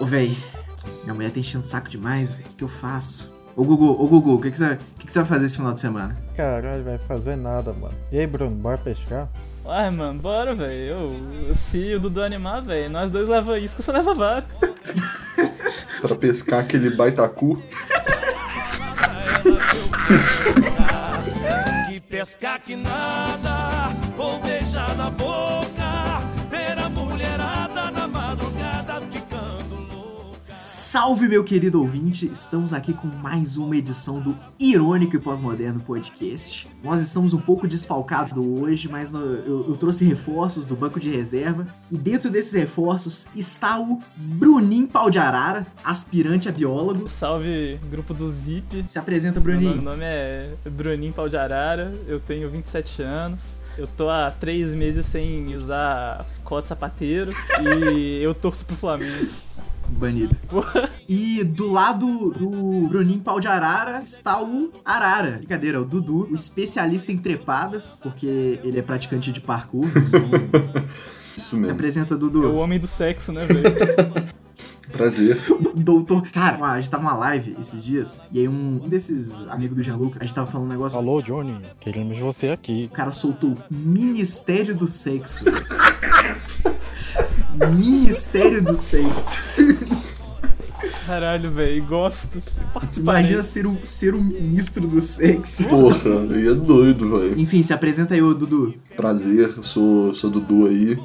Ô, véi, minha mulher tá enchendo o saco demais, véi. O que eu faço? Ô, Gugu, ô, Gugu, o que, que, você, o que, que você vai fazer esse final de semana? Caralho, vai fazer nada, mano. E aí, Bruno, bora pescar? Ai, mano, bora, velho. Se o Dudu animar, velho, nós dois leva isca, você leva vara. pra pescar aquele baita cu. que pescar que nada, vou beijar na boca, ver a mulherada na madrugada ficando louca. Salve, meu querido ouvinte! Estamos aqui com mais uma edição do Irônico e Pós-Moderno Podcast. Nós estamos um pouco desfalcados do hoje, mas no- eu, eu trouxe reforços do banco de reserva. E dentro desses reforços está o Bruninho Pau de Arara, aspirante a biólogo. Salve, grupo do Zip. Se apresenta, Meu Bruninho. nome é Bruninho Pau de Arara, eu tenho 27 anos, eu tô há 3 meses sem usar cola de sapateiro e eu torço pro Flamengo. Banido. E do lado do Bruninho Pau de Arara está o Arara. Brincadeira, o Dudu, o especialista em trepadas, porque ele é praticante de parkour. Então, Isso se mesmo. apresenta, Dudu. É o homem do sexo, né, velho? Prazer. Um Doutor. Cara, uma- a gente tava numa live esses dias, e aí um, um desses amigos do Gianluca, a gente tava falando um negócio. Alô, Johnny, queremos você aqui. O cara soltou Ministério do Sexo. Ministério do Sexo. Caralho, velho, gosto. Participarei. Imagina ser o, ser o ministro do sexo. Porra, aí é doido, velho. Enfim, se apresenta aí, ô Dudu. Prazer, sou, sou Dudu aí.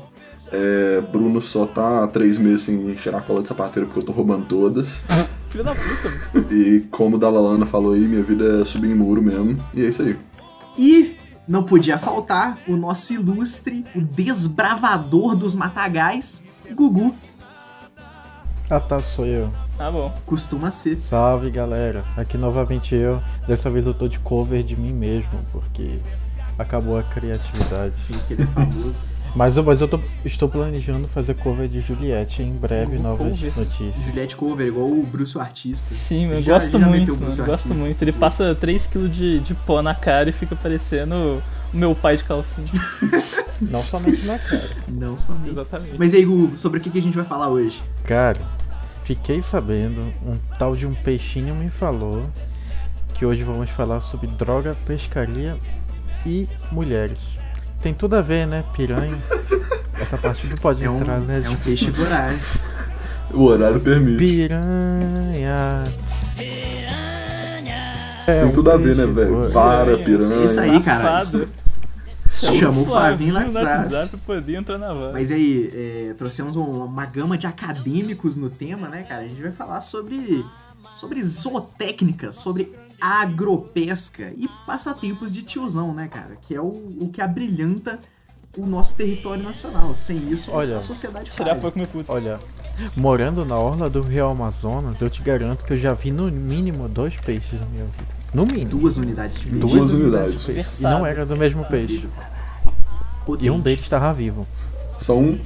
É, Bruno só tá há três meses sem cheirar a cola de sapateiro porque eu tô roubando todas. Filho da puta, velho. E como o Dalalana falou aí, minha vida é subir em muro mesmo. E é isso aí. E não podia faltar o nosso ilustre, o desbravador dos matagais, Gugu. Ah, tá, sou eu. Tá bom. Costuma ser. Salve, galera. Aqui novamente eu. Dessa vez eu tô de cover de mim mesmo, porque acabou a criatividade. Sim, que ele é famoso. Mas eu, mas eu tô, estou planejando fazer cover de Juliette em breve, Uh, novas cover. notícias. Juliette Cover, igual o Bruce o Artista. Sim, eu Já- gosto já muito, meteu o mano. Bruce Gosto Artista, muito. Ele sim. passa 3kg de, de pó na cara e fica parecendo o meu pai de calcinha. Não somente na cara. Não somente. Exatamente. Mas e aí, Gugu, sobre o que que a gente vai falar hoje? Cara, fiquei sabendo, um tal de um peixinho me falou que hoje vamos falar sobre droga, pescaria e mulheres. Tem tudo a ver, né? Piranha. Essa parte não pode É um, entrar, né? é um peixe voraz. O horário permite. Piranha. É, Tem um tudo a ver, né, peixe velho? voa- Vara, Piranha. piranha. Isso aí, cara. Safado. Chamou o Flavinho no no WhatsApp. WhatsApp pra poder entrar na van. Mas e aí, é, trouxemos um- uma gama de acadêmicos no tema, né, cara? A gente vai falar sobre, sobre zootécnica, sobre agropesca e passatempos de tiozão, né, cara? Que é o, o que abrilhanta o nosso território nacional. Sem isso, Olha, a sociedade Tirar falha. pouco meu puto. Olha, morando na orla do Rio Amazonas, eu te garanto que eu já vi no mínimo dois peixes na minha vida. No mínimo. Duas unidades de peixe. Duas unidades. E Versado. não era do mesmo peixe. E um Potente. deles estava vivo. Só um.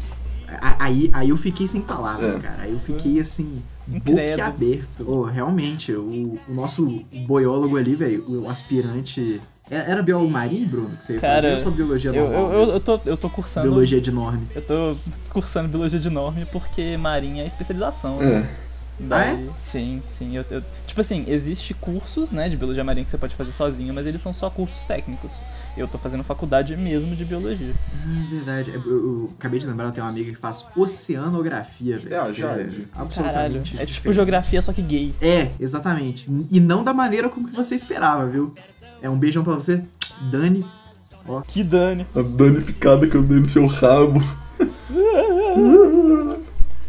A- Aí, aí eu fiquei sem palavras, É. cara. Aí eu fiquei assim, Incrédulo. boquiaberto. Ô, realmente, o, o nosso biólogo ali, velho, o aspirante. É- Era biólogo marinho, Bruno? Que você Cara, fazia ou só biologia Eu, eu, normal? né? eu, eu tô, eu tô cursando. Biologia de norme. Eu tô cursando biologia de norme porque marinha é especialização. Hum. né? É. Ah, Daí- Sim, sim. Eu, eu- tipo assim, existe cursos, né, de biologia marinha que você pode fazer sozinho, mas eles são só cursos técnicos. Eu tô fazendo faculdade mesmo de biologia. Hum, verdade. Eu, eu acabei de lembrar, eu tenho uma amiga que faz oceanografia, velho. É, a Jade. Caralho. Absolutamente. É tipo diferente. geografia, só que gay. É, exatamente. E não da maneira como que você esperava, viu? É um beijão pra você, Dani. Que dane. A danificada que eu dei no seu rabo.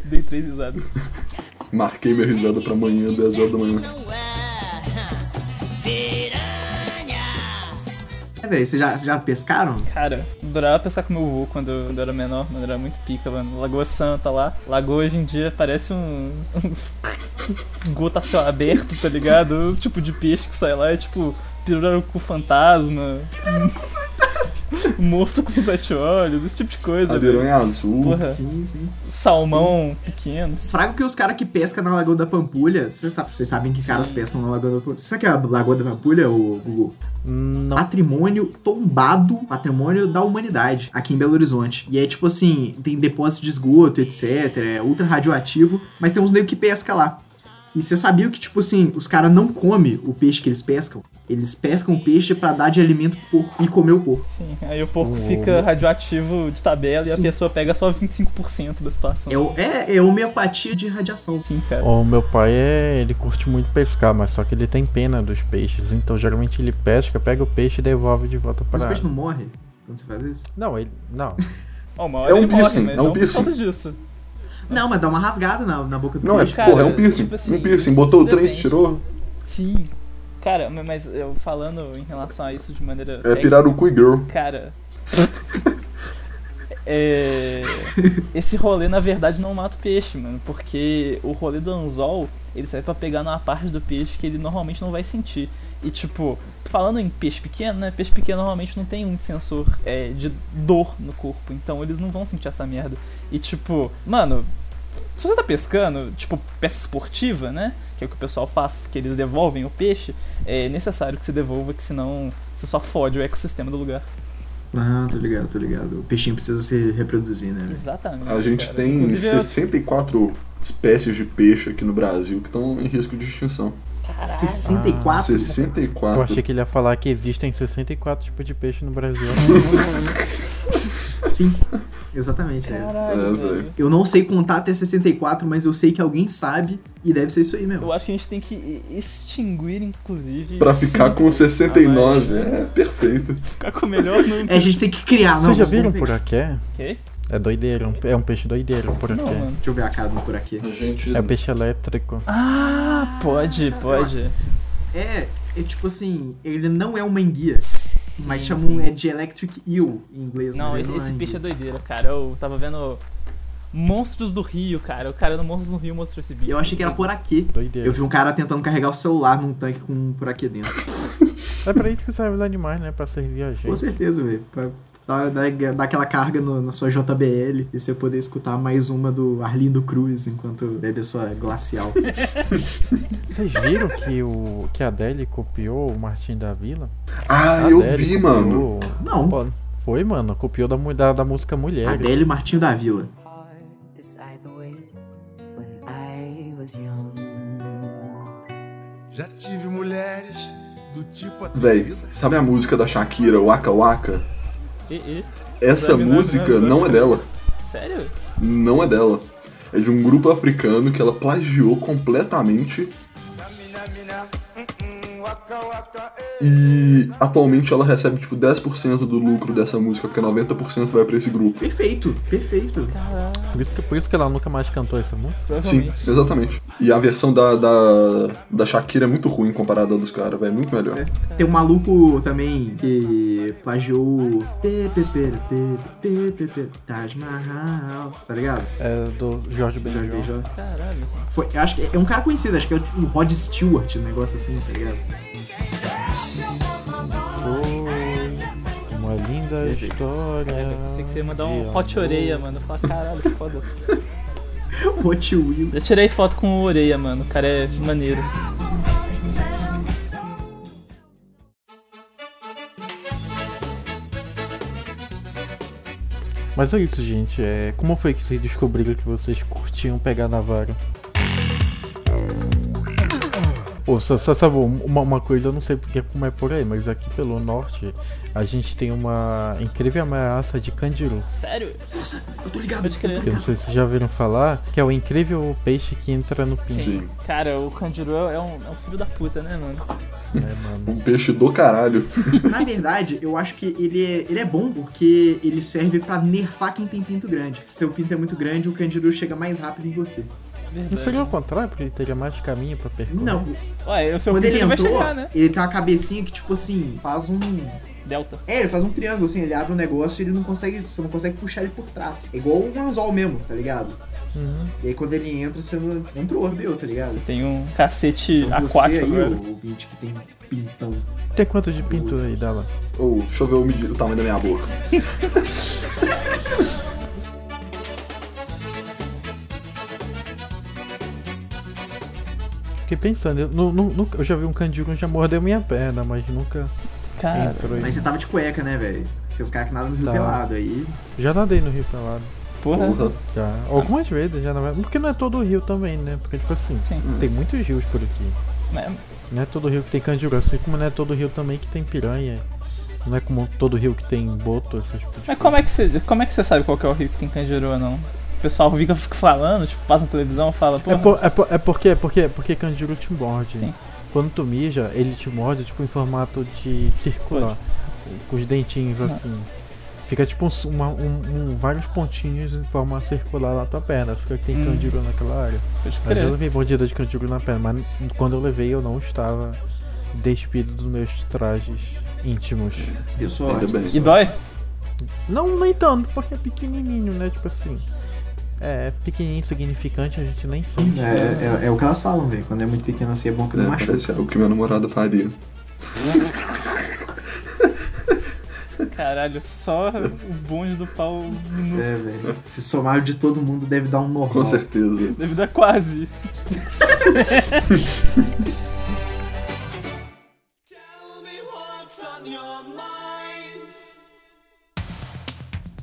Dei três risadas. Marquei minha risada pra amanhã, 10 horas da manhã. É, velho, vocês já, vocês já pescaram? Cara, adorava pescar com meu avô quando eu, quando eu era menor, mano. Era muito pica, mano. Lagoa Santa lá. Lagoa hoje em dia parece um. um esgoto a céu aberto, tá ligado? O tipo de peixe que sai lá é tipo. Pirarucu fantasma. Pirarucu fantasma. o monstro com sete olhos, esse tipo de coisa. A velho. Lironha azul. Porra. Sim, sim. Salmão pequeno. Os fracos que os caras que pescam na Lagoa da Pampulha, vocês sabem, vocês sabem que caras pescam na Lagoa da Pampulha. Você sabe que é a Lagoa da Pampulha, o Google? Não. Patrimônio tombado, patrimônio da humanidade, aqui em Belo Horizonte. E é tipo assim, tem depósito de esgoto, etc, é ultra radioativo, mas tem uns nego que pesca lá. E você sabia que, tipo assim, os caras não comem o peixe que eles pescam? Eles pescam o peixe pra dar de alimento pro porco e comer o porco. Sim, aí o porco Um Uou. fica radioativo de tabela e Sim. a pessoa pega só 25% da situação. É, o- é, é homeopatia de radiação. Sim, cara. O meu pai é, ele curte muito pescar, mas só que ele tem pena dos peixes, então geralmente ele pesca, pega o peixe e devolve de volta Mas para. o peixe não morre quando você faz isso? Não, ele não. Ó, uma É hora um ele morre, piercing, mas é um não por piercing. conta disso. Não, mas dá uma rasgada na, na boca do Não, é, peixe. Cara, porra, é um piercing. tipo assim, um piercing. isso Botou o três, depende. tirou. Sim. Cara, ma- mas eu falando em relação a isso de maneira. É técnica, pirarucu e girl. Cara. é, Esse rolê, na verdade, não mata o peixe, mano. Porque o rolê do anzol, ele serve pra pegar numa parte do peixe que ele normalmente não vai sentir. E, tipo, falando em peixe pequeno, né? Peixe pequeno normalmente não tem um sensor é, de dor no corpo. Então eles não vão sentir essa merda. E, tipo, mano, se você tá pescando, tipo, peça esportiva, né? Que é o que o pessoal faz, que eles devolvem o peixe. É necessário que você devolva, que senão você só fode o ecossistema do lugar. Ah, tô ligado, tô ligado. O peixinho precisa se reproduzir, né? velho? Exatamente. A gente Ah, cara. tem Inclusive, eu- 64 espécies de peixe aqui no Brasil que estão em risco de extinção. 64? 64. Eu achei que ele ia falar que existem 64 tipos de peixe no Brasil. Ah, Sim, exatamente. é. Caralho, É, velho. velho. Eu não sei contar até 64, mas eu sei que alguém sabe e deve ser isso aí mesmo. Eu acho que a gente tem que extinguir, inclusive. Pra ficar cinco com a mais, 69, né? é perfeito. Ficar com o melhor número. É, a gente tem que criar, não. Vocês já vamos viram ver. por aqui? Ok? É doideiro, um- é um peixe doideiro por Não, aqui. mano. Deixa eu ver a cara do por aqui. A gente. É peixe elétrico. Ah, pode, pode. É, é tipo assim, ele não é uma enguia, Sim, mas sim. chamam é de electric eel em inglês. mas Não, ele esse, não esse enguia. bicho é doideira, cara. Eu tava vendo Monstros do Rio, cara. O cara no Monstros do Rio mostrou esse bicho. Eu achei que era por aqui. Eu Doideiro. vi um cara tentando carregar o celular num tanque com um por aqui dentro. É pra isso que serve os animais, né? Pra servir a Com gente. certeza, velho. Pra dar, dar- dar aquela carga no- na sua JBL e você poder escutar mais uma do Arlindo Cruz enquanto bebe a sua glacial. Vocês viram que, o, que a Adele copiou o Martin da Vila? Ah, A eu Adele vi, mano. copiou- Não. Pô, Foi, mano. Copiou da, mu- da, da música Mulher. Adélio Martinho da Vila. hard decide the way when I was young. Já tive mulheres do tipo Véi, atrevida. sabe a música da Shakira, Waka Waka? E, e, Essa Sabe, né? não, música não, não é dela. sério? Não é dela. É de um grupo africano que ela plagiou completamente. E atualmente ela recebe tipo 10% do lucro dessa música, porque 90% vai pra esse grupo. Perfeito, perfeito. Caralho, Por isso, que, por isso que ela nunca mais cantou essa música. Sim, provavelmente. exatamente. E a versão da, da, da Shakira é muito ruim comparada à dos caras, velho. É Muito melhor. É. Tem um maluco também que plagiou o pe- pe- pe- pe- pe- pe- pe- Taj Mahal, tá ligado? É do Jorge Jorge Benjol. Benjol. Caralho. Foi, eu acho que é um cara conhecido, acho que é o tipo Rod Stewart, um negócio assim, tá ligado? Foi uma linda história. Caralho, eu pensei que você ia mandar de um hot amor. oreia, mano. Eu falei, caralho, foda. Hot Will. Já tirei foto com o oreia, mano. O cara é maneiro. Mas é isso, gente. É, como foi que vocês descobriram que vocês curtiam pegar na vara? Pô, só, só sabe uma, uma coisa, eu não sei porque como é por aí, mas aqui pelo norte a gente tem uma incrível ameaça de candiru. Sério? Nossa, eu tô ligado. Pode crer. Eu não sei se vocês já ouviram falar, que é o incrível peixe que entra no pinto, Sim. Cara, o Kanjuro é um, é um filho da puta, né, mano? né, mano? Um peixe do caralho. Na verdade, eu acho que ele é, ele é bom porque ele serve pra nerfar quem tem pinto grande. Se seu pinto é muito grande, o Candiru chega mais rápido em você. Não Verdade. seria o contrário, porque ele teria mais caminho pra percorrer? Não, Ué, o seu quando Peter ele vai entrou, chegar, né? ele tem uma cabecinha que, tipo assim, faz um Delta. É, ele faz um triângulo, assim, ele abre um negócio e ele não consegue. Você não consegue puxar ele por trás. É igual um anzol mesmo, tá ligado? Uhum. E aí quando ele entra, você não tipo, entrou, deu, tá ligado? Tem um cacete Então, você aquático aí, agora. o ouvinte que tem pintão. Tem quanto de pintura aí, Dala? Ou, deixa eu ver o, medi- o tamanho da minha boca. Fiquei pensando, eu, nu- nu- nunca- eu já vi um candiru que já mordeu minha perna, mas nunca Cara, entrou aí. Mas você tava de cueca, né, velho? Porque os caras que nadam no rio Tá. pelado aí. Já nadei no rio pelado. porra. Porra. Já. Algumas vezes já nadei. Porque não é todo rio também, né? Porque, tipo assim, Sim. tem muitos rios por aqui. né? Não é todo rio que tem candiru, assim como não é todo rio também que tem piranha. Não é como todo rio que tem boto, essas tipo de Mas coisa. como é que você, como é que você sabe qual que é o rio que tem Kanjuro ou não? O pessoal fica, fica falando, tipo, passa na televisão, fala, pô, É, por, é, por, é porque, é porque, é porque Kanjuro te morde. Sim. Quando tu mija, ele te morde tipo em formato de circular. Com os dentinhos assim. Fica tipo uns- uma- um, um- vários pontinhos em forma circular na tua perna. Fica que tem Hum. Kanjuro naquela área. pode Mas eu crer. levei mordida de Kanjuro na perna, mas quando eu levei eu não estava despido dos meus trajes íntimos. Deu sorte. né? Ainda bem. E dói? Não, nem tanto, porque é pequenininho, né? Tipo assim. É, pequenininho, significante, a gente nem sente. É, é- é o que elas falam, velho. Quando é muito pequeno assim é bom que não É, machuca. parece o que minha namorada faria. Caralho, só o bonde do pau minúsculo. É, velho. Se somar de todo mundo deve dar um normal. Com certeza. Deve dar quase.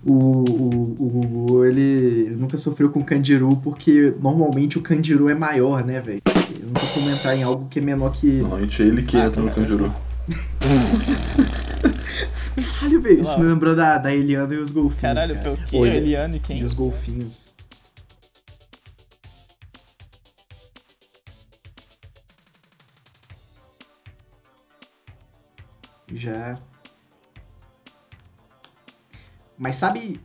O, o, o Gugu, ele, ele nunca sofreu com candiru, porque normalmente o candiru é maior, né, velho? Eu não vou comentar em algo que é menor que. Normalmente é ele que Ah, entra no tá. Kanjuru. Caralho, velho. Isso Uau. me lembrou da, da Eliana e os golfinhos. Caralho, cara. pelo é que? Olha, Eliane E quem? os golfinhos. Já. Mas sabe.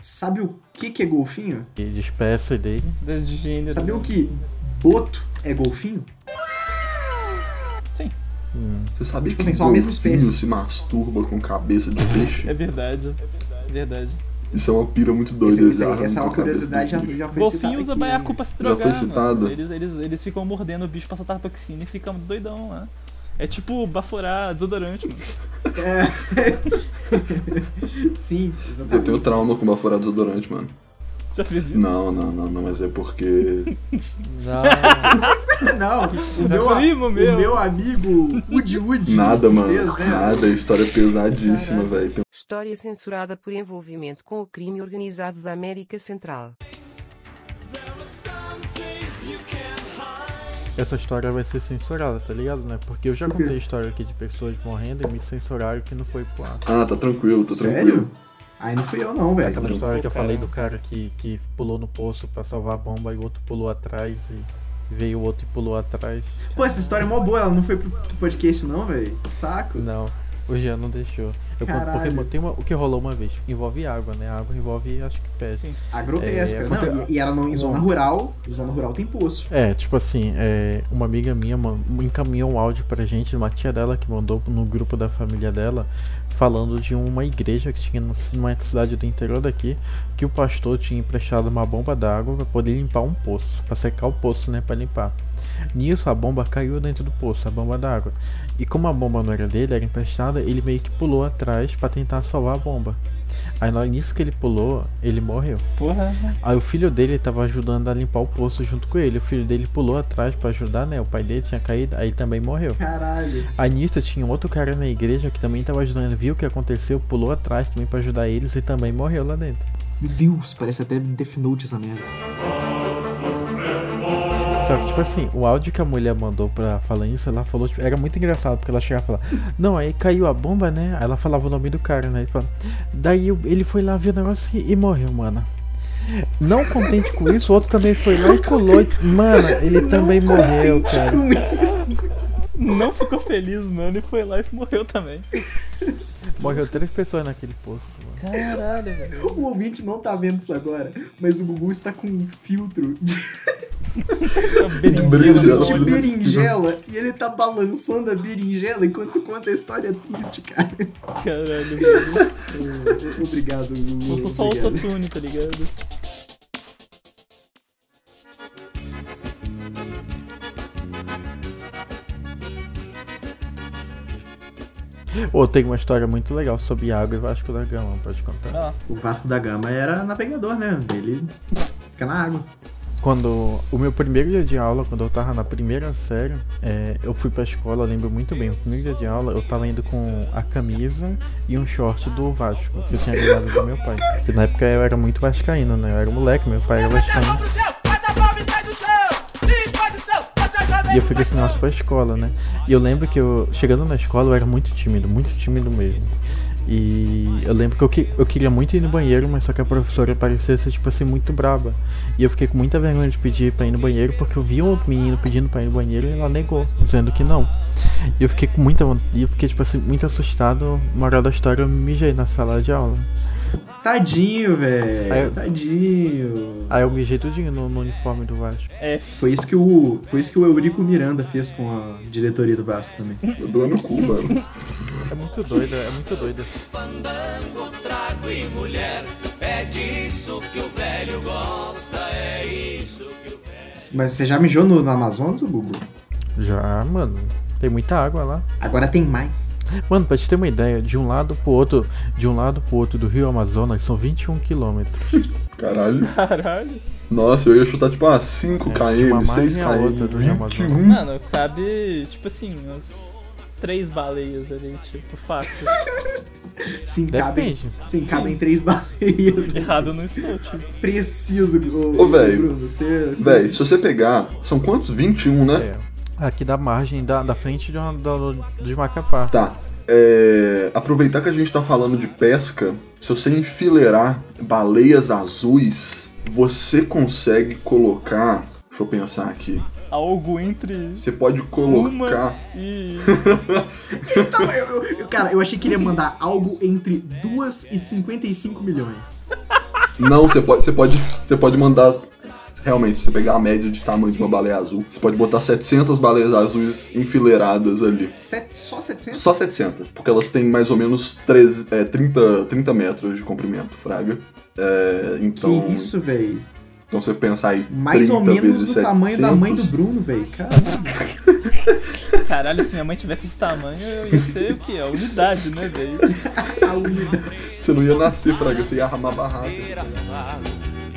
Sabe o que, que é golfinho? E de espécie dele. Das de gênero. Sabe o que boto é golfinho? Hum. Você sabia Tipo que assim, são a mesma golfinho espécie. se masturba com cabeça de peixe? É verdade. é Verdade. Isso é né, uma pira muito doida. Esse- esse- eles arrancam essa é uma a cabeça curiosidade, do já, peixe. já foi citada Golfinho usa aqui, né? baiacu pra se Já foi drogar, mano. citado. Eles, eles, eles ficam mordendo o bicho pra soltar toxina e ficam doidão lá. É tipo baforar desodorante, mano. né? Sim, Eu tenho exatamente. trauma com baforado desodorante, mano. Você já fez isso? Não, não, não, não, mas é porque. Não, Não, o meu, Primo o meu. meu amigo Woody Woody. Nada, mano. fez, né? Nada, a história é pesadíssima, velho. Tem História censurada por envolvimento com o crime organizado da América Central. essa história vai ser censurada, tá ligado, né? Porque eu já contei história aqui de pessoas morrendo e me censuraram que não foi pro ar. Ah, tá tranquilo, tá Sério? tranquilo. Aí não fui eu não, velho. Aquela Não, história que eu cara. falei do cara que, que pulou no poço pra salvar a bomba e o outro pulou atrás e veio o outro e pulou atrás. Pô, essa história é mó boa, ela não foi pro pro podcast não, velho. Que Saco. Não, o Jean não deixou. Eu conto porque Caralho. mano, tem uma- o que rolou uma vez. Envolve água, né? A água envolve, acho que pés. Sim. Agrobesca. É, é, não, conte- e, e era não, em zona rural, em zona rural tem poço. É, tipo assim, é, uma amiga minha man- encaminhou um áudio pra gente, uma tia dela que mandou no grupo da família dela, falando de uma igreja que tinha no- numa cidade do interior daqui, que o pastor tinha emprestado uma bomba d'água pra poder limpar um poço, pra secar o poço, né, pra limpar. Nisso a bomba caiu dentro do poço, a bomba d'água. E como a bomba não era dele, era emprestada, ele meio que pulou atrás pra tentar salvar a bomba. Aí na- nisso que ele pulou, ele morreu. Porra. Aí o filho dele tava ajudando a limpar o poço junto com ele. O filho dele pulou atrás pra ajudar, né? O pai dele tinha caído, aí também morreu. Caralho. Aí nisso tinha um outro cara na igreja que também tava ajudando, ele viu o que aconteceu, pulou atrás também pra ajudar eles e também morreu lá dentro. Meu Deus, parece até Death Note essa merda. Só que, tipo assim, o áudio que a mulher mandou pra falar isso, ela falou, tipo, era muito engraçado, porque ela chegava a falar, não, aí caiu a bomba, né? Aí ela falava o nome do cara, né? Ele fala, Daí o- ele foi lá, viu o negócio e, e morreu, mano. Não contente com isso, o outro também foi lá e colou. e- Mano, ele também morreu, cara. Com isso. Não ficou feliz, mano, e foi lá e morreu também. Morreu três pessoas naquele poço, mano. Caralho, velho. O ouvinte não tá vendo isso agora, mas o Gugu está com um filtro de, Berinjela Brilho de no de olho. berinjela e ele tá balançando a berinjela enquanto conta a história triste, cara. Caralho, velho. Obrigado, Gugu. Faltou só obrigado. autotune, tá ligado? Ou tem uma história muito legal sobre água e Vasco da Gama, pode contar. Vai lá. O Vasco da Gama era navegador, né? Ele fica na água. Quando o meu primeiro dia de aula, quando eu tava na primeira série, é, eu fui pra escola, eu lembro muito bem. O primeiro dia de aula, eu tava indo com a camisa e um short do Vasco, que eu tinha ganhado do meu pai. Porque na época eu era muito vascaíno, né? Eu era moleque, meu pai era vascaíno. E eu fui com esse negócio pra escola, né? E eu lembro que eu, chegando na escola, eu era muito tímido, muito tímido mesmo. E eu lembro que eu, que eu queria muito ir no banheiro, mas só que a professora parecia ser, tipo assim, muito braba. E eu fiquei com muita vergonha de pedir pra ir no banheiro, porque eu vi um outro menino pedindo pra ir no banheiro e ela negou, dizendo que não. E eu fiquei com muita vontade, e eu fiquei, tipo assim, muito assustado. Moral da história, eu me mijei na sala de aula. Tadinho, Aí velho. eu- Tadinho. Aí eu mijei tudinho no, no uniforme do Vasco. É, Foi isso que o, foi isso que o Eurico Miranda fez com a diretoria do Vasco também. Eu dou no cu, mano. É muito doido, é muito doido. Fandango, trago e mulher. É disso que o velho gosta, é isso que o velho. Mas você já mijou no, no Amazonas, ô Gugu? Já, mano, tem muita água lá. Agora tem mais. Mano, pra te ter uma ideia, de um lado pro outro, de um lado pro outro do Rio Amazonas são 21 quilômetros. Caralho. caralho. Nossa, eu ia chutar tipo ah, 5 É, de uma km, um. 6 margem à outra do Rio km. Amazonas. 21. Mano, cabe, tipo assim, umas três baleias ali, tipo, fácil. Sim, cabem, Depende. sim, cabem três baleias. Errado não estou, tipo. Preciso, ô, Ô, velho. Bruno. Você, você- Véi, se você pegar, são quantos? 21, né? É. Aqui da margem, da, da frente de, uma, da- de Macapá. Tá. é, aproveitar que a gente tá falando de pesca, se você enfileirar baleias azuis, você consegue colocar. Deixa eu pensar aqui. Algo entre Você pode uma colocar. e. Então, eu- eu- eu- cara, eu achei que ele ia mandar algo entre 2 e 55 milhões. Não, você pode. Você pode. Você pode mandar. Realmente, se você pegar a média de tamanho de uma baleia azul, você pode botar 700 baleias azuis enfileiradas ali. Set- só 700? Só 700, porque elas têm mais ou menos 13, é, 30, 30 metros de comprimento, fraga. É, Que então, isso, velho. então você pensar aí. Mais ou 30 menos do vezes tamanho da mãe do 700. Bruno, velho. Cara, Caralho, se minha mãe tivesse esse tamanho, eu ia ser o quê? A unidade, né, velho? a unidade. Você não ia nascer, fraga, você ia armar barraca. Será raro.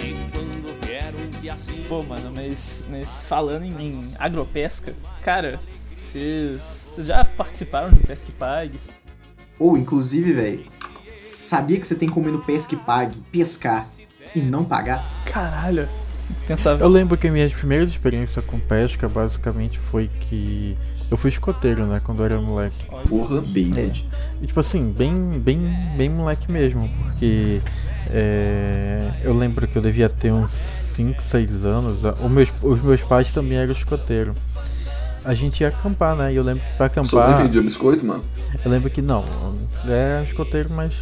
E quando vier um piacinho. Pô, mano, mas, mas falando em, em agropesca, cara, vocês vocês já participaram de Pesca e Pague? Ou, inclusive, velho, sabia que você tem como ir no pesca e pague, pescar e não pagar? Caralho, pensava. Eu lembro que a minha primeira experiência com pesca basicamente foi que. Eu fui escoteiro, né, quando eu era moleque. Porra. Based. E, tipo assim, bem, bem, bem moleque mesmo, porque é, eu lembro que eu devia ter uns 5, 6 anos. a- Os meus, os meus pais também eram escoteiro. A gente ia acampar, né? E eu lembro que pra acampar. Sobreviveu biscoito, mano? Eu lembro que não, é escoteiro, mas.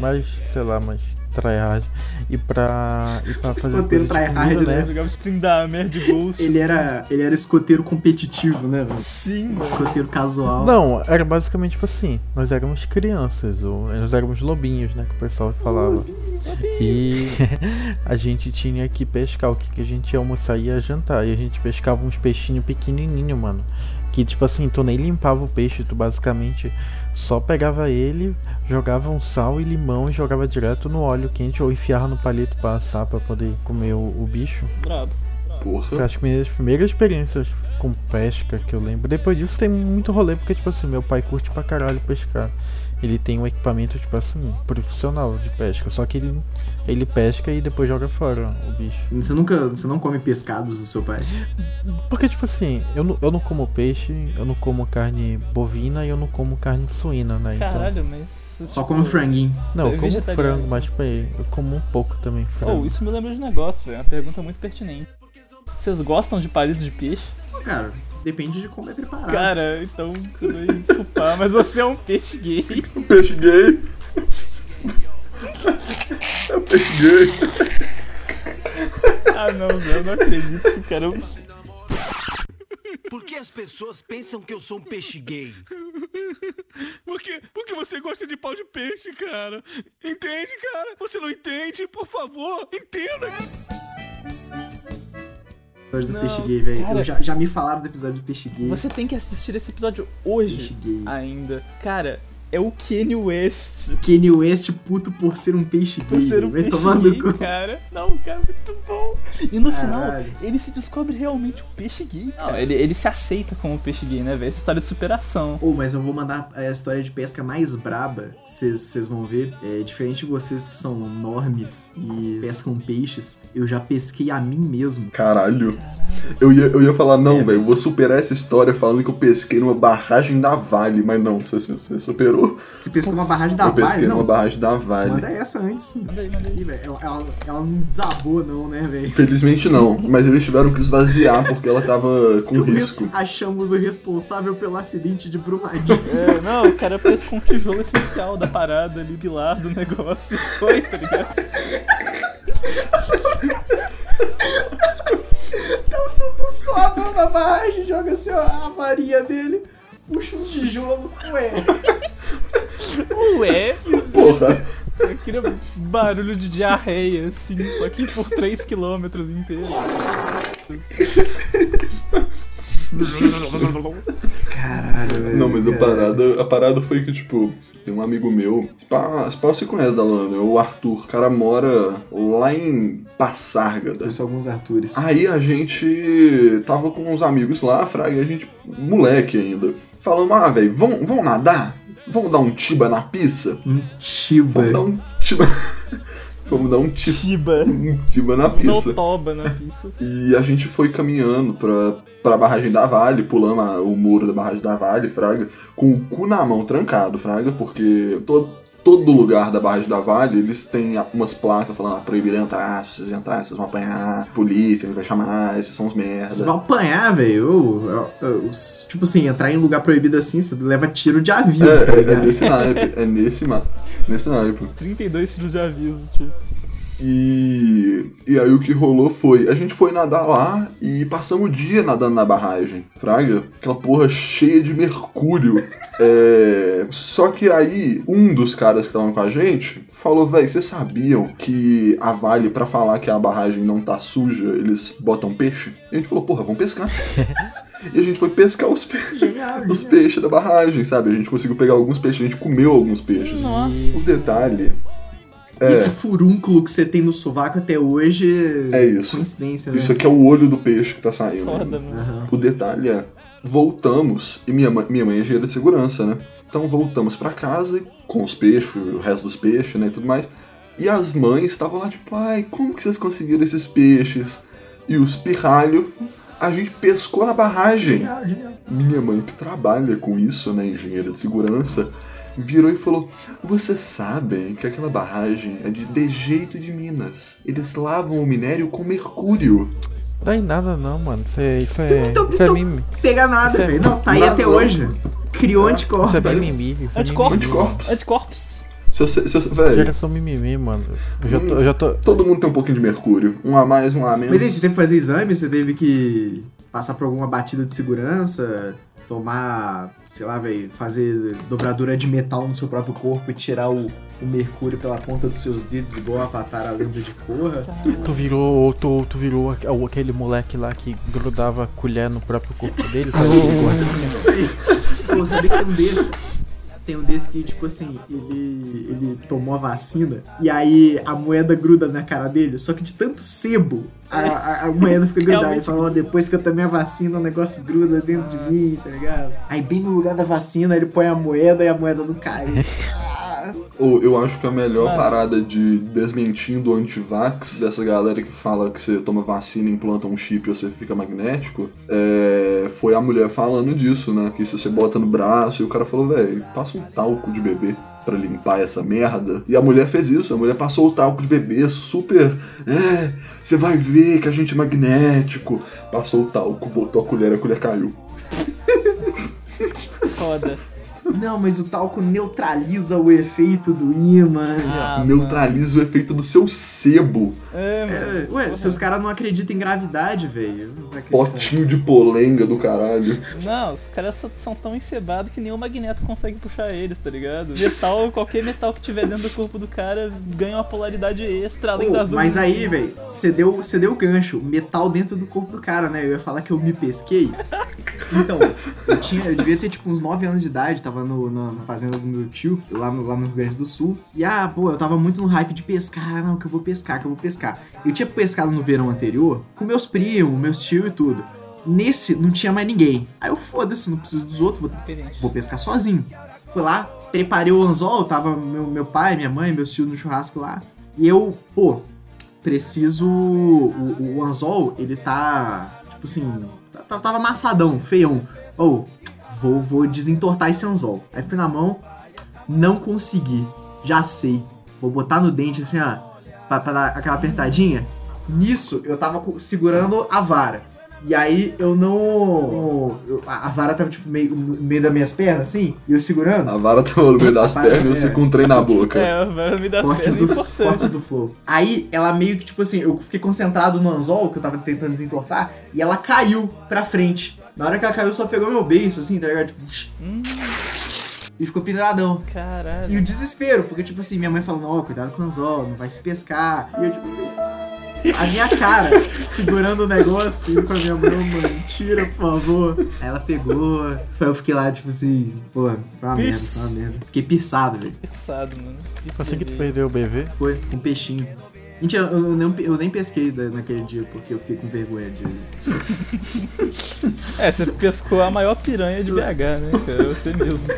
mas, sei lá, mais tryhard. E pra. E pra fazer Escoteiro coisa de tryhard, comida, né? Eu jogava de Trindamer de Ghost. Ele era, ele era escoteiro competitivo, né, velho? Sim, mano. Escoteiro casual. Não, era basicamente tipo assim, nós éramos crianças, ou nós éramos lobinhos, né, que o pessoal falava. E a gente tinha que pescar, o que, que a gente ia almoçar e ia jantar. E a gente pescava uns peixinhos pequenininhos, mano. Que tipo assim, tu nem limpava o peixe, tu basicamente só pegava ele, jogava um sal e limão e jogava direto no óleo quente ou enfiava no palito pra assar pra poder comer o, o bicho. Brabo. Foi Porra. acho que minhas primeiras experiências com pesca que eu lembro. Depois disso tem muito rolê, porque, tipo assim, meu pai curte pra caralho pescar. Ele tem um equipamento, tipo assim, profissional de pesca. Só que ele, ele pesca e depois joga fora o bicho. Você nunca. Você não come pescados do seu pai. Porque, tipo assim, eu não, eu não como peixe, eu não como carne bovina e eu não como carne suína, né? Então, Caralho, mas. Só Só come um franguinho. não, eu é como vegetariano, frango, então. mas, tipo, eu como um pouco também frango. Oh, isso me lembra de um negócio, velho. Uma pergunta muito pertinente. Vocês gostam de palito de peixe? Cara, depende de como é preparado. Cara, então você vai me desculpar, mas você é um peixe gay. Peixe gay. É peixe gay. Ah, não, Zé, eu não acredito que o cara. é um Por que as pessoas pensam que eu sou um peixe gay? Por que, por que você gosta de pau de peixe, cara? Entende, cara? Você não entende? Por favor, entenda, cara. episódio do Não, peixe gay, velho. cara. Eu Já, já me falaram do episódio do peixe gay. Você tem que assistir esse episódio hoje Peixe gay. ainda. Cara, é o Kanye West. Kanye West puto por ser um peixe gay. Por ser um vai peixe tomar no gay, cu. cara. Não, cara, é muito bom. E no Caralho. final, ele se descobre realmente um peixe gay, cara. ele, ele se aceita como peixe gay, né, velho? Essa história de superação. Ou, mas eu vou mandar a história de pesca mais braba, vocês vão ver. É diferente de vocês que são normes e pescam peixes, eu já pesquei a mim mesmo. Caralho. Eu ia, eu ia falar, não, velho, eu vou superar essa história falando que eu pesquei numa barragem da Vale, mas não, você, você- você superou. Você pescou uma barragem da eu pesquei Vale? numa Não, barragem da Vale. manda essa antes. Manda aí, manda aí. Ih, velho, ela, ela, ela não desabou não, né, velho? Infelizmente não, mas eles tiveram que esvaziar porque ela tava com Eu risco. mesmo Achamos o responsável pelo acidente de Brumadinho. É, não, o cara pôs com um tijolo essencial da parada ali do lado do negócio. Foi, tá ligado? Tu sobe na barragem, joga assim ó, a varinha dele, puxa um tijolo, ué. Ué, Porra, eu queria barulho de diarreia, assim, só que por 3km inteiro. Caralho, velho. não, mas a parada, a parada foi que, tipo, tem um amigo meu, esse pau esse pau você conhece da Lana, o Arthur, o cara mora lá em Passárgada. Eu sou alguns Artures. Aí a gente tava com uns amigos lá, Fraga, e a gente, moleque ainda, falando, ah, velho, vão, vão nadar? Vão dar um tiba na pizza? Um Vamos dar Tiba. um tiba... Vamos dar um Tiba. tiba, um tiba na Não pizza. toba na pista. E a gente foi caminhando pra, pra barragem da Vale, pulando a- o muro da barragem da Vale, Fraga, com o cu na mão trancado, Fraga, porque to- todo lugar da barragem da Vale, eles têm a- umas placas falando, ah, proibido entrar, se vocês entrarem, vocês vão apanhar, polícia, ele vai chamar, esses são os Você merda. vai apanhar, velho. Eu- eu- eu- Tipo assim, entrar em lugar proibido assim, você leva tiro de aviso, tá É, é ligado? nesse naipe, é nesse, ma- nesse naipe. 32 tiros de aviso, tipo. E, e aí o que rolou foi, a gente foi nadar lá e passamos o dia nadando na barragem, fraga, aquela porra cheia de mercúrio. É, só que aí um dos caras que estavam com a gente falou, velho, vocês sabiam que a Vale, pra falar que a barragem não tá suja, eles botam peixe? E a gente falou, porra, vamos pescar. e a gente foi pescar os peixes. Genial, Os genial. peixes da barragem, sabe? A gente conseguiu pegar alguns peixes, a gente comeu alguns peixes. Nossa. O detalhe É. Esse furúnculo que você tem no sovaco até hoje é isso. coincidência, né? Isso aqui é o olho do peixe que tá saindo. Foda, mano. Aham. O detalhe é, voltamos, e minha, ma- minha mãe é engenheira de segurança, né? Então voltamos pra casa e- com os peixes, o resto dos peixes, né, e tudo mais. E as mães estavam lá, tipo, ai, como que vocês conseguiram esses peixes? E os pirralhos, a gente pescou na barragem. Genial, genial. Minha mãe, que trabalha com isso, né, engenheira de segurança, virou e falou: Vocês sabem que aquela barragem é de dejeito de Minas. Eles lavam o minério com mercúrio. Dá em nada não, mano. Isso é, isso é, Então- isso é então- mimimi. Pega nada, Isso é velho. Não, tá aí nada até louco. hoje. Criou anticorpos. Isso é bem mimimi. Isso é mimimi. Anticorpos. Anticorpos. Anticorpos. Se você, se você, véi, Geração mimimi, mano. Eu já tô, eu já tô, todo mundo tem um pouquinho de mercúrio. Um a mais, um a menos. Mas aí, você teve que fazer exame? Você teve que passar por alguma batida de segurança? Tomar, sei lá, velho, fazer dobradura de metal no seu próprio corpo e tirar o, o mercúrio pela ponta dos seus dedos, igual a Avatar, a lenda de Korra? Tu virou, tu, tu virou aque- o- aquele moleque lá que grudava a colher no próprio corpo dele, sabe? Pô, sabia que tem um desse. Tem um desse que, tipo assim, ele, ele tomou a vacina e aí a moeda gruda na cara dele, só que de tanto sebo, a, a- a moeda fica grudada. Ele Realmente falou, "Ó, depois que eu tomei a vacina, o negócio gruda dentro de mim, tá ligado? Aí bem no lugar da vacina, ele põe a moeda e a moeda não cai. Ah, Ou eu acho que é a melhor Mano. parada de desmentindo o antivax, essa galera que fala que você toma vacina, implanta um chip e você fica magnético, é, foi a mulher falando disso, né? Que se você bota no braço e o cara falou, velho, passa um talco de bebê. Pra limpar essa merda. E a mulher fez isso. A mulher passou o talco de bebê, super. É, você vai ver que a gente é magnético. Passou o talco, botou a colher, a colher caiu. Foda. não, mas o talco neutraliza o efeito do ímã. né? Ah, Neutraliza o efeito do seu sebo. mano. É, mano. É, ué, se os caras não acreditam em gravidade, velho. não vai acreditar. Potinho de polenga do caralho. Não, os caras só- são tão encebados que nenhum magneto consegue puxar eles, tá ligado? Metal, qualquer metal que tiver dentro do corpo do cara ganha uma polaridade extra além Pô, das duas. mas aí, velho, você deu, você deu o gancho, metal dentro do corpo do cara, né? Eu ia falar que eu me pesquei. Então, eu tinha, eu devia ter tipo uns 9 anos de idade, tava no, na, na fazenda do meu tio, lá no, lá no Rio Grande do Sul. E ah, pô, eu tava muito no hype de pescar, Ah, não, que eu vou pescar, que eu vou pescar. Eu tinha pescado no verão anterior com meus primos, meus tios e tudo. Nesse não tinha mais ninguém. Aí eu foda-se, não preciso dos outros, vou, Diferente. vou pescar sozinho. Fui lá, preparei o anzol, tava meu, meu pai, minha mãe, meus tios no churrasco lá. E eu, pô, preciso. O, o anzol, ele tá. Tipo assim. tá- tá- Tava amassadão, feião. Ou, vou, vou desentortar esse anzol. Aí fui na mão, não consegui. Já sei. Vou botar no dente assim, ó. Pra, pra dar aquela apertadinha. Nisso, eu tava co- segurando a vara. E aí eu não. eu- a a vara tava tipo meio, no meio das minhas pernas, assim, e eu segurando. A vara tava no meio das A vara, pernas e você é. com um trem na boca. É, velho, me dá as Cortes pernas é do, importantes. cortes do flow. Aí ela meio que, tipo assim, eu fiquei concentrado no anzol que eu tava tentando desentortar e ela caiu pra frente. Na hora que ela caiu, só pegou meu beiço, assim, tá ligado? Tipo, Hum, e ficou penduradão. E caralho. o desespero, porque, tipo assim, minha mãe falando, ó, cuidado com o anzol, não vai se pescar. E eu, tipo assim, a minha cara, segurando o negócio, indo pra minha mãe, mano, tira, por favor. Aí ela pegou, foi, eu fiquei lá, tipo assim, pô, foi uma merda, foi uma merda. Fiquei pirçado, velho. Pensado, mano. Pensei Assim que tu bem. perdeu o BV, Foi, com peixinho. Mentira, eu, eu, nem, eu nem pesquei da- naquele dia, porque eu fiquei com vergonha de... É, você pescou a maior piranha de BH, né, cara? Você mesmo.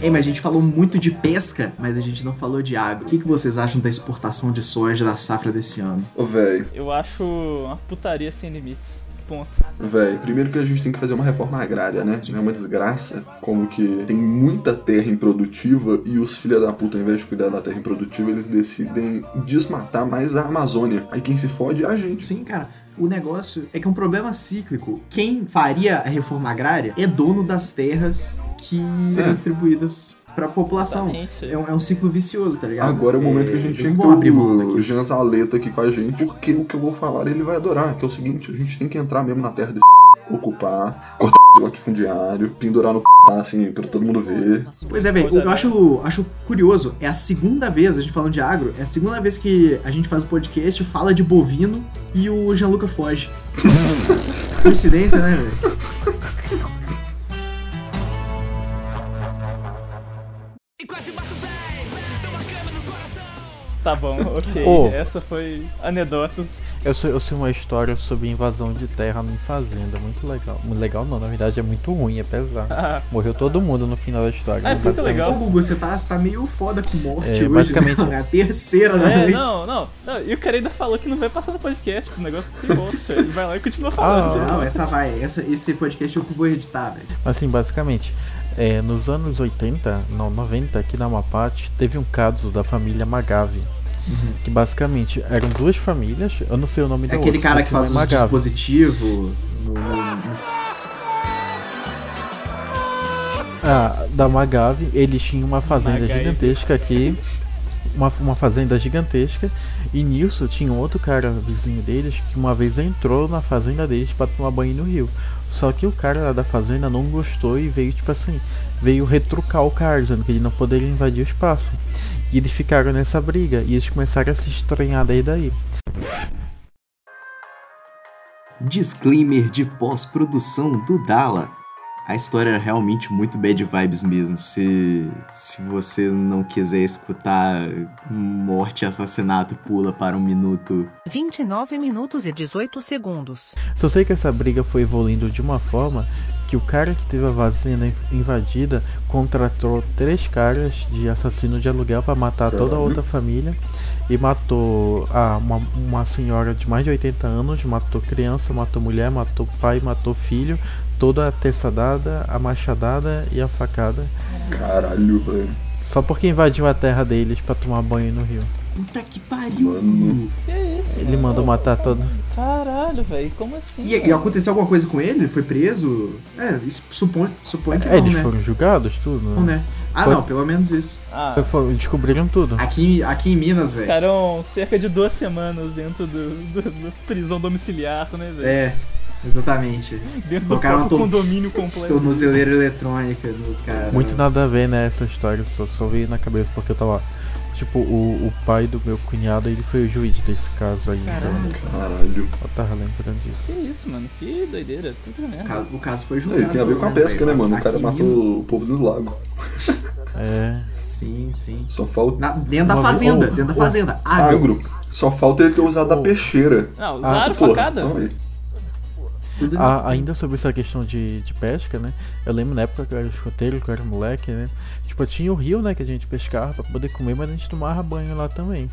Ei, mas a gente falou muito de pesca, mas a gente não falou de agro. O que, que vocês acham da exportação de soja da safra desse ano? Ô, véi, Eu acho uma putaria sem limites. Ponto. véi, primeiro que a gente tem que fazer uma reforma agrária, né? Não é uma desgraça. Como que tem muita terra improdutiva e os filha da puta, ao invés de cuidar da terra improdutiva, eles decidem desmatar mais a Amazônia. Aí quem se fode é a gente. Sim, cara. O negócio é que é um problema cíclico. Quem faria a reforma agrária é dono das terras que serão distribuídas pra população. Exatamente. É um, é um ciclo vicioso, tá ligado? Agora é o momento que a gente eles tem não que vão abrir mão o daqui. Jean Zaleta aqui com a gente, porque o que eu vou falar ele vai adorar, que é o seguinte, a gente tem que entrar mesmo na terra desse ocupar, cortar o latifundiário, pendurar no c... tá, assim, pra todo mundo ver. Pois é, velho. O que eu acho, acho curioso é a segunda vez, a gente falando de agro, é a segunda vez que a gente faz o podcast, fala de bovino e o Gianluca foge. Coincidência, né, velho? Tá bom, ok. Ô. Essa foi anedotas. eu sei, eu sei uma história sobre invasão de terra em fazenda, muito legal. Muito legal não, na verdade é muito ruim, é pesado. Ah, Morreu todo mundo no final da história. Ah, né, por isso que é basicamente. Ô, legal. Gugu, você tá, você tá meio foda com morte É, hoje. basicamente- né? É a terceira da é, noite. não, não, não. E o cara ainda falou que não vai passar no podcast, o negócio que tem bosta. Ele vai lá e continua falando. Ah, sei lá. Não, essa vai. Essa, esse podcast eu que vou editar, velho. Assim, basicamente, é, nos anos 80, não, 90, aqui na Amapá, t- teve um caso da família Magave. Que basicamente eram duas famílias, eu não sei o nome Uhum. É do aquele outro, cara só que faz não é os Magave. dispositivos. no- no- no- Ah, da Magave, eles tinham uma fazenda Magave. gigantesca aqui. Uma, uma fazenda gigantesca. E nisso tinha um outro cara vizinho deles que uma vez entrou na fazenda deles pra tomar banho no rio. Só que o cara lá da fazenda não gostou e veio, tipo assim, veio retrucar o cara, dizendo que ele não poderia invadir o espaço. E eles ficaram nessa briga. E eles começaram a se estranhar daí daí. Disclaimer de pós-produção do Dala. A história era realmente muito bad vibes mesmo. Se, se você não quiser escutar morte e assassinato, pula para um minuto. 29 minutos e 18 segundos. Só sei que essa briga foi evoluindo de uma forma que o cara que teve a fazenda inv- invadida contratou três caras de assassino de aluguel pra matar toda a outra família e matou a, uma, uma senhora de mais de 80 anos, matou criança, matou mulher, matou pai, matou filho, toda a terçadada, a machadada e a facada, Caralho, velho. só porque invadiu a terra deles pra tomar banho no rio. Puta que pariu! Mano. Que isso? Ele mano? mandou matar todo. Caralho, velho, como assim? E, e mano? aconteceu alguma coisa com ele? Ele foi preso? É, isso supõe, supõe que É, não, eles né? foram julgados, tudo. Não, né? Ah, Foi- não, pelo menos isso. Ah, Foram- Descobriram tudo. Aqui, aqui em Minas, velho. ficaram cerca de duas semanas dentro do, do- do prisão domiciliar, né, velho? É, exatamente. Dentro do colocaram próprio uma torre- condomínio completo. Tornozeleira eletrônica nos caras. Muito nada a ver, né, essa história, só, só veio na cabeça porque eu tava Tipo, o, o pai do meu cunhado, ele foi o juiz desse caso aí, então. Caralho. Eu tava lembrando Que disso. isso, mano? Que doideira. Puta O merda. ca- O caso foi É, julgado. e tem a ver com a pelo menos, pesca, né, velho. mano? O Aqui cara em matou Minas. o povo do lago. É. Sim, sim. Só falta. Na- dentro da Uma- fazenda, oh, dentro da oh, fazenda. Agro. Agro. Só falta ele ter usado a peixeira. Ah, usaram Porra, facada? não, é. aí. Tudo A- Ah, ainda sobre essa questão de, de pesca, né? Eu lembro na época que eu era escoteiro, que eu era moleque, né? Tipo, tinha o rio, né, que a gente pescava pra poder comer, mas a gente tomava banho lá também.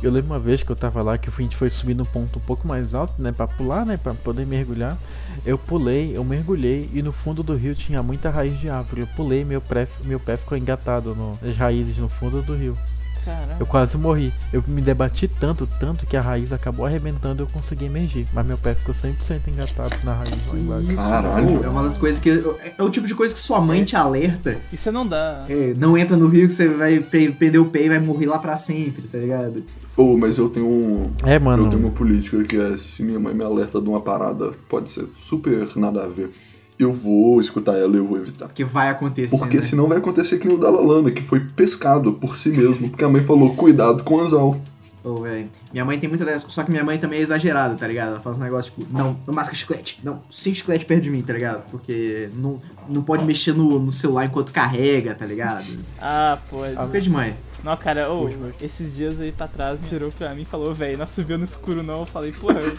Eu lembro uma vez que eu tava lá, que a gente foi subir num ponto um pouco mais alto, né, pra pular, né, pra poder mergulhar. Eu pulei, eu mergulhei e no fundo do rio tinha muita raiz de árvore. Eu pulei, meu, pré, meu pé ficou engatado no- nas raízes no fundo do rio. Caralho. Eu quase morri. Eu me debati tanto, tanto que a raiz acabou arrebentando e eu consegui emergir. Mas meu pé ficou 100% engatado na raiz lá embaixo. Isso, Caralho. pô, é uma das coisas que. É o tipo de coisa que sua mãe te alerta. Isso não dá. É, não entra no rio que você vai pre- perder o pé e vai morrer lá pra sempre, tá ligado? Pô, mas eu tenho um. É, Ah, Eu tenho uma mano. política que é se minha mãe me alerta de uma parada, pode ser super nada a ver. Eu vou escutar ela e eu vou evitar. Porque vai acontecer. Porque né? senão vai acontecer que nem o da Lalana, que foi pescado por si mesmo, porque a mãe falou, cuidado com o anzol. Ô, velho. Minha mãe tem muita dessa. Só que minha mãe também é exagerada, tá ligado? Ela faz um negócio tipo, não, não masca chiclete. Não, sem chiclete perto de mim, tá ligado? Porque não, não pode mexer no, no celular enquanto carrega, tá ligado? Ah, pode. Fica de mãe. Não, cara, ô, esses dias aí pra trás me virou pra mim e falou, velho, não subiu no escuro não. Eu falei, porra, eu.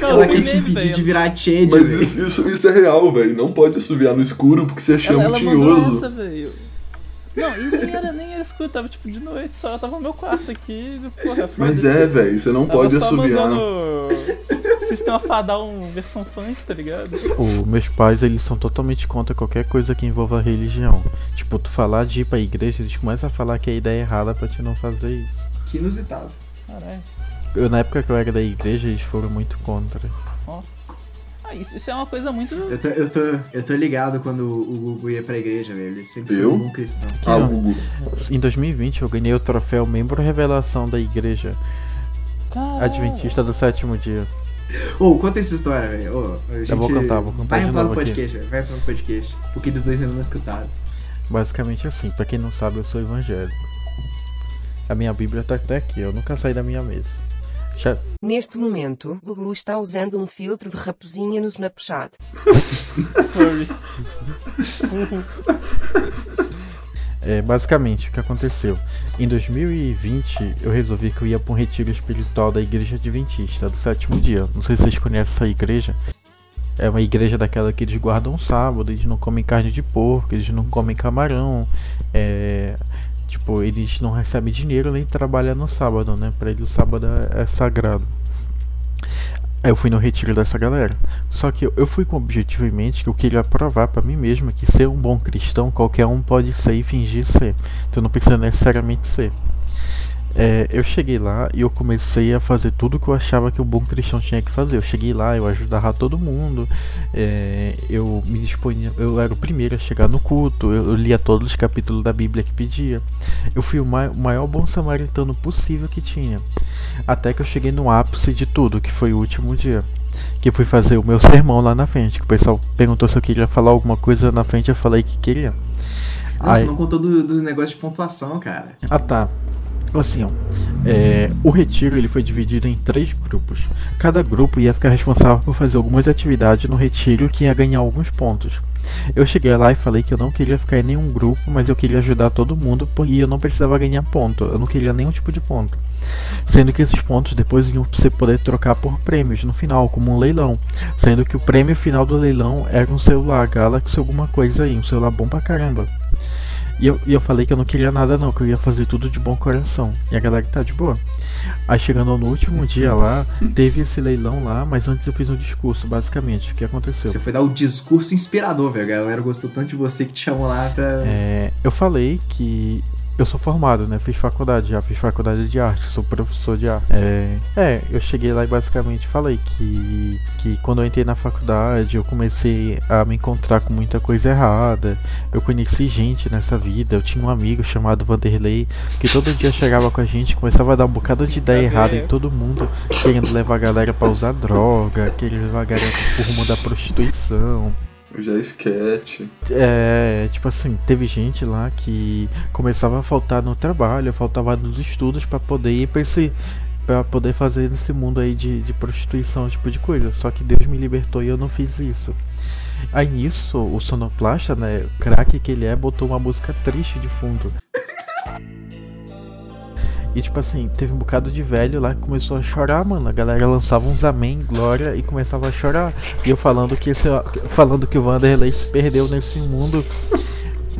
Não, Ela sei quer te meme, impedir velho. de virar Chad, Mas velho. isso, isso, isso é real, velho. Não pode assoviar no escuro porque você é Ela, chama ela o mandou tinhoso. essa, velho. Não, e nem era, nem era escuro, tava tipo de noite só, eu tava no meu quarto aqui, porra, Mas foda-se. é, velho, você não assim. Tava pode só assoviar. mandando Sistema Fadal versão funk, tá ligado? O- meus pais, eles são totalmente contra qualquer coisa que envolva religião. Tipo, tu falar de ir pra igreja, eles começam a falar que a ideia é errada pra te não fazer isso. Que inusitado. Caralho. Eu, na época que eu era da igreja, eles foram muito contra. Ah, isso, isso é uma coisa muito. Eu tô, eu, tô, eu tô ligado quando o Gugu ia pra igreja, velho. Ele sempre Eu? foi um bom cristão. Ah, Hugo. Em 2020, eu ganhei o troféu Membro Revelação da Igreja Caralho. Adventista do Sétimo Dia. Ô, conta essa história, velho. Ô, a gente vou contar, vou contar Vai de entrar no novo aqui. podcast, velho. Vai entrar no podcast. Porque eles dois ainda não escutaram. Basicamente assim, pra quem não sabe, eu sou evangélico. A minha Bíblia tá até aqui, eu nunca saí da minha mesa. Já- Neste momento, Gugu está usando um filtro de raposinha no Snapchat. Furry. É, basicamente, o que aconteceu? Em 2020, eu resolvi que eu ia pra um retiro espiritual da Igreja Adventista do sétimo dia. Não sei se vocês conhecem essa igreja. É uma igreja daquela que eles guardam sábado, eles não comem carne de porco, eles não comem camarão. é, Tipo, eles não recebem dinheiro nem trabalham no sábado, né? Pra eles o sábado é- é sagrado. Aí eu fui no retiro dessa galera. Só que eu- eu fui com o objetivo em mente que eu queria provar pra mim mesmo que ser um bom cristão qualquer um pode ser e fingir ser. Tu não precisa necessariamente ser. É, eu cheguei lá e eu comecei a fazer tudo que eu achava que um bom cristão tinha que fazer. Eu cheguei lá, eu ajudava todo mundo, é, eu me disponia, eu era o primeiro a chegar no culto, eu, eu lia todos os capítulos da Bíblia que pedia. Eu fui o, mai- o maior bom samaritano possível que tinha. Até que eu cheguei no ápice de tudo, que foi o último dia que eu fui fazer o meu sermão lá na frente. Que o pessoal perguntou se eu queria falar alguma coisa na frente, eu falei que queria. Nossa, Aí- não contou do- dos negócios de pontuação, cara. ah tá. Assim, ó. É, o retiro ele foi dividido em três grupos. Cada grupo ia ficar responsável por fazer algumas atividades no retiro que ia ganhar alguns pontos. Eu cheguei lá e falei que eu não queria ficar em nenhum grupo, mas eu queria ajudar todo mundo por- e eu não precisava ganhar ponto. Eu não queria nenhum tipo de ponto. Sendo que esses pontos depois iam você poder trocar por prêmios no final, como um leilão. Sendo que o prêmio final do leilão era um celular Galaxy alguma coisa aí, um celular bom pra caramba. E eu, e eu falei que eu não queria nada não, que eu ia fazer tudo de bom coração. E a galera que tá de boa. Aí chegando no último dia lá, teve esse leilão lá, mas antes eu fiz um discurso, basicamente, o que aconteceu. Você foi dar o discurso inspirador, velho. A galera gostou tanto de você que te chamou lá pra. É, eu falei que eu sou formado, né? Fiz faculdade já, fiz faculdade de arte, sou professor de arte. É, é, eu cheguei lá e basicamente falei que, que quando eu entrei na faculdade eu comecei a me encontrar com muita coisa errada. Eu conheci gente nessa vida, eu tinha um amigo chamado Vanderlei que todo dia chegava com a gente, começava a dar um bocado de ideia errada em todo mundo, querendo levar a galera pra usar droga, querendo levar a galera pro rumo da prostituição. Já é sketch. É, tipo assim, teve gente lá que começava a faltar no trabalho, faltava nos estudos pra poder ir pra esse. Pra poder fazer nesse mundo aí de, de prostituição, esse tipo de coisa. Só que Deus me libertou e eu não fiz isso. Aí nisso, o sonoplasta, né, o craque que ele é, botou uma música triste de fundo. E tipo assim, teve um bocado de velho lá que começou a chorar, mano. A galera lançava uns amém, glória e começava a chorar. E eu falando que esse, falando que o Vanderlei se perdeu nesse mundo.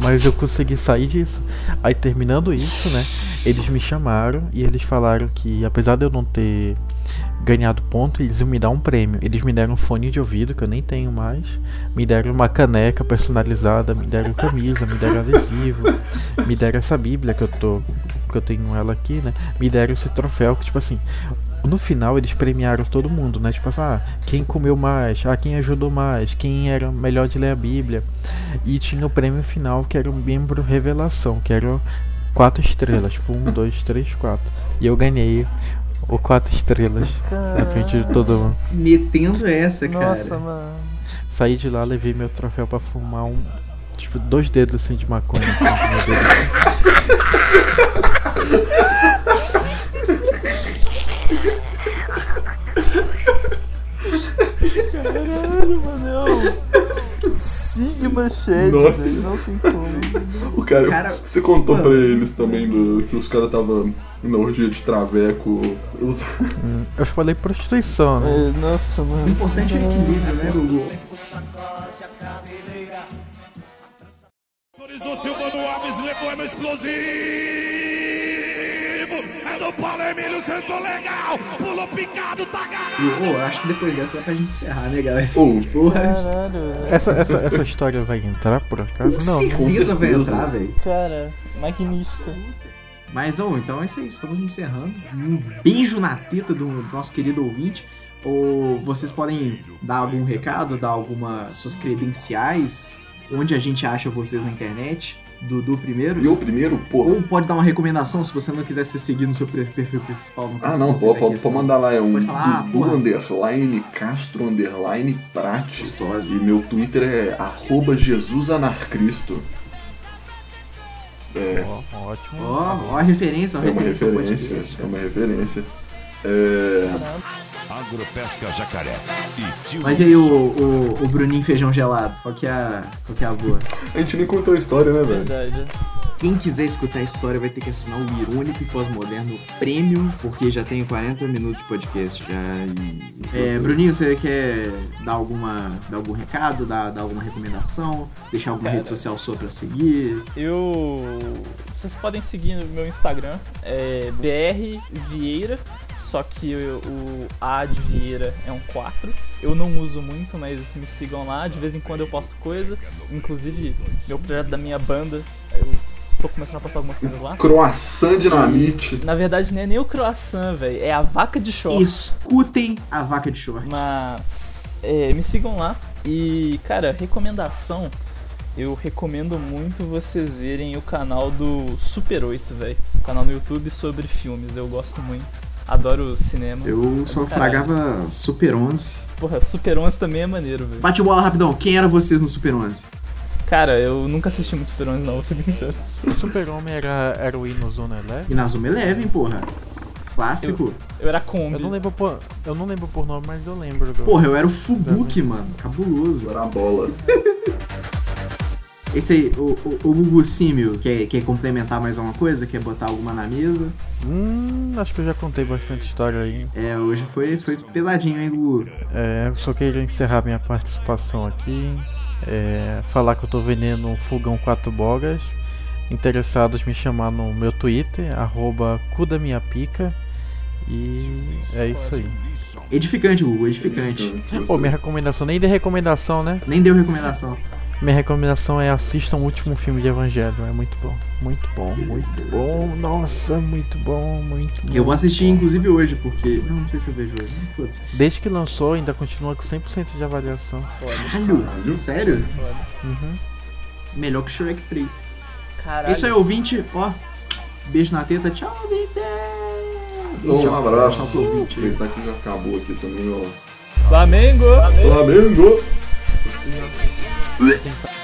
Mas eu consegui sair disso. Aí terminando isso, né? Eles me chamaram e eles falaram que apesar de eu não ter ganhado ponto, eles iam me dar um prêmio. Eles me deram um fone de ouvido que eu nem tenho mais, me deram uma caneca personalizada, me deram camisa, me deram adesivo, me deram essa bíblia que eu tô que eu tenho ela aqui, né? Me deram esse troféu que tipo assim, no final eles premiaram todo mundo, né? Tipo assim, ah, quem comeu mais, ah, quem ajudou mais, quem era melhor de ler a Bíblia. E tinha o prêmio final que era o membro revelação, que era quatro estrelas, tipo um, dois, três, quatro. E eu ganhei o quatro estrelas na frente de todo mundo. Metendo essa, cara. Nossa, mano. Saí de lá, levei meu troféu pra fumar um. Tipo, dois dedos assim de maconha. Assim, de meu dedo. Caralho, mas é um Sigma Shed, Nossa. velho, não tem como. O cara, Cara, você contou mano. pra eles também do, que os caras estavam na orgia de traveco. Os- Hum, Eu falei prostituição, né? É, nossa, O mano. importante é o equilíbrio, né, Gugu? Autorizou Silvano Alves, levou é no explosivo. É do Paulo Emílio, sensor legal. Pulou picado, tá E, garado. ô, acho que depois dessa dá pra gente encerrar, né, galera? Ou, Porra, Caralho, velho. Essa, essa, essa história vai entrar por acaso? com Não. né? certeza vai certeza. entrar, velho. cara, magnífico. Mas, ô, então é isso aí, estamos encerrando. Um beijo na teta do nosso querido ouvinte. Ou vocês podem dar algum recado, dar alguma suas credenciais, onde a gente acha vocês na internet. Dudu primeiro. eu primeiro, porra. Ou pode dar uma recomendação se você não quiser ser seguido no seu pre- perfil principal. Ah, não, precisa pode, pode, disso, pode não. mandar lá, é um Pode falar, ah, Dudu porra. underline Castro underline Prate. E Gostosa. meu Twitter é arroba JesusAnarcristo. Ó, ótimo. Ó, ó a referência, ó a É uma referência. ao referência, podcast. é uma referência. É, Agropesca Jacaré e tio Mas e aí, o, o, o Bruninho Feijão Gelado, qual que é a, qual que é a boa? a gente nem contou a história, né, velho? Verdade. Quem quiser escutar a história vai ter que assinar o Irônico e Pós-Moderno Premium, porque já tem 40 minutos de podcast já e... É, Bruninho, você quer dar, alguma, dar algum recado, dar, dar alguma recomendação, deixar alguma Cara. rede social sua pra seguir? Eu. Vocês podem seguir no meu Instagram, é BR Vieira, só que o, o A de Vieira é um 4. Eu não uso muito, mas assim, me sigam lá, de vez em quando eu posto coisa. Inclusive, meu projeto da minha banda, eu tô começando a postar algumas coisas lá. É. Croissant Dinamite. Na verdade, não é nem o croissant, velho, é a vaca de short. Escutem a Vaca de Short. Mas é, me sigam lá. E, cara, recomendação. Eu recomendo muito vocês verem o canal do Super 8, velho. O canal no YouTube sobre filmes. Eu gosto muito. Adoro cinema. Eu só Caralho. fragava Super 11. Porra, Super 11 também é maneiro, velho. Bate bola rapidão, quem era vocês no Super 11? Cara, eu nunca assisti muito Super 11, não, vou ser bem sincero. Super-Homem era, era o hino Zona Eleven? E na Zuma Eleven, porra. Clássico. Eu era Eu Kombi. não lembro por, eu não lembro por nome, mas eu lembro. do- Porra, eu era o Fubuki, mano. Cabuloso. Era a bola. Esse aí, o, o, o Gugu Símio, quer, quer é, complementar mais alguma coisa? Quer botar alguma na mesa? Hum, acho que eu já contei bastante história aí. É, hoje foi, foi pesadinho, hein, Gugu? É, eu só queria encerrar minha participação aqui. é, falar que eu tô vendendo um fogão 4 bogas. Interessados me chamar no meu Twitter, arroba cudaminhapica. E é isso aí. Edificante, Gugu, edificante. Pô, minha recomendação, nem de recomendação, né? Nem deu recomendação. Minha recomendação é assistam o último filme de Evangelho. É muito bom. Muito bom, muito bom. Nossa, muito bom, muito bom. Eu vou assistir, inclusive, hoje, porque... Não, não sei se eu vejo hoje. né? Putz. Desde que lançou, ainda continua com 100% de avaliação. Caralho, sério? Uhum. Melhor que Shrek 3. Caralho. É isso aí, ouvinte. Ó, beijo na teta. Tchau, ouvinte! Um abraço. Tchau pro ouvinte. Aproveitar que já acabou aqui também, ó. Flamengo! Flamengo! Tem que